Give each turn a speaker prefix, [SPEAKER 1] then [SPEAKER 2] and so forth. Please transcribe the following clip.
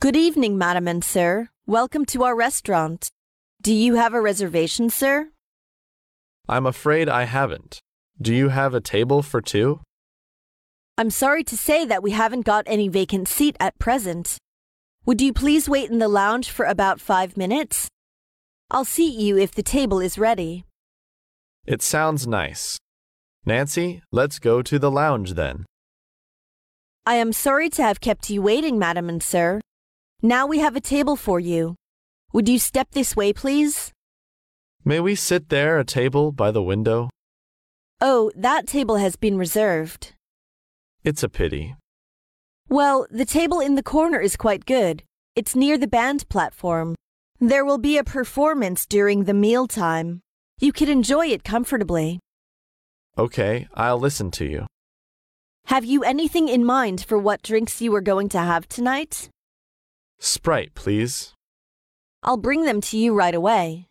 [SPEAKER 1] Good evening, madam and sir. Welcome to our restaurant. Do you have a reservation, sir?
[SPEAKER 2] I'm afraid I haven't. Do you have a table for two?
[SPEAKER 1] I'm sorry to say that we haven't got any vacant seat at present. Would you please wait in the lounge for about five minutes? I'll seat you if the table is ready.
[SPEAKER 2] It sounds nice. Nancy, let's go to the lounge then.
[SPEAKER 1] I am sorry to have kept you waiting, madam and sir. Now we have a table for you. Would you step this way, please?
[SPEAKER 2] May we sit there, a table by the window?
[SPEAKER 1] Oh, that table has been reserved.
[SPEAKER 2] It's a pity.
[SPEAKER 1] Well, the table in the corner is quite good. It's near the band platform. There will be a performance during the mealtime. You could enjoy it comfortably.
[SPEAKER 2] Okay, I'll listen to you.
[SPEAKER 1] Have you anything in mind for what drinks you are going to have tonight?
[SPEAKER 2] Sprite, please.
[SPEAKER 1] I'll bring them to you right away.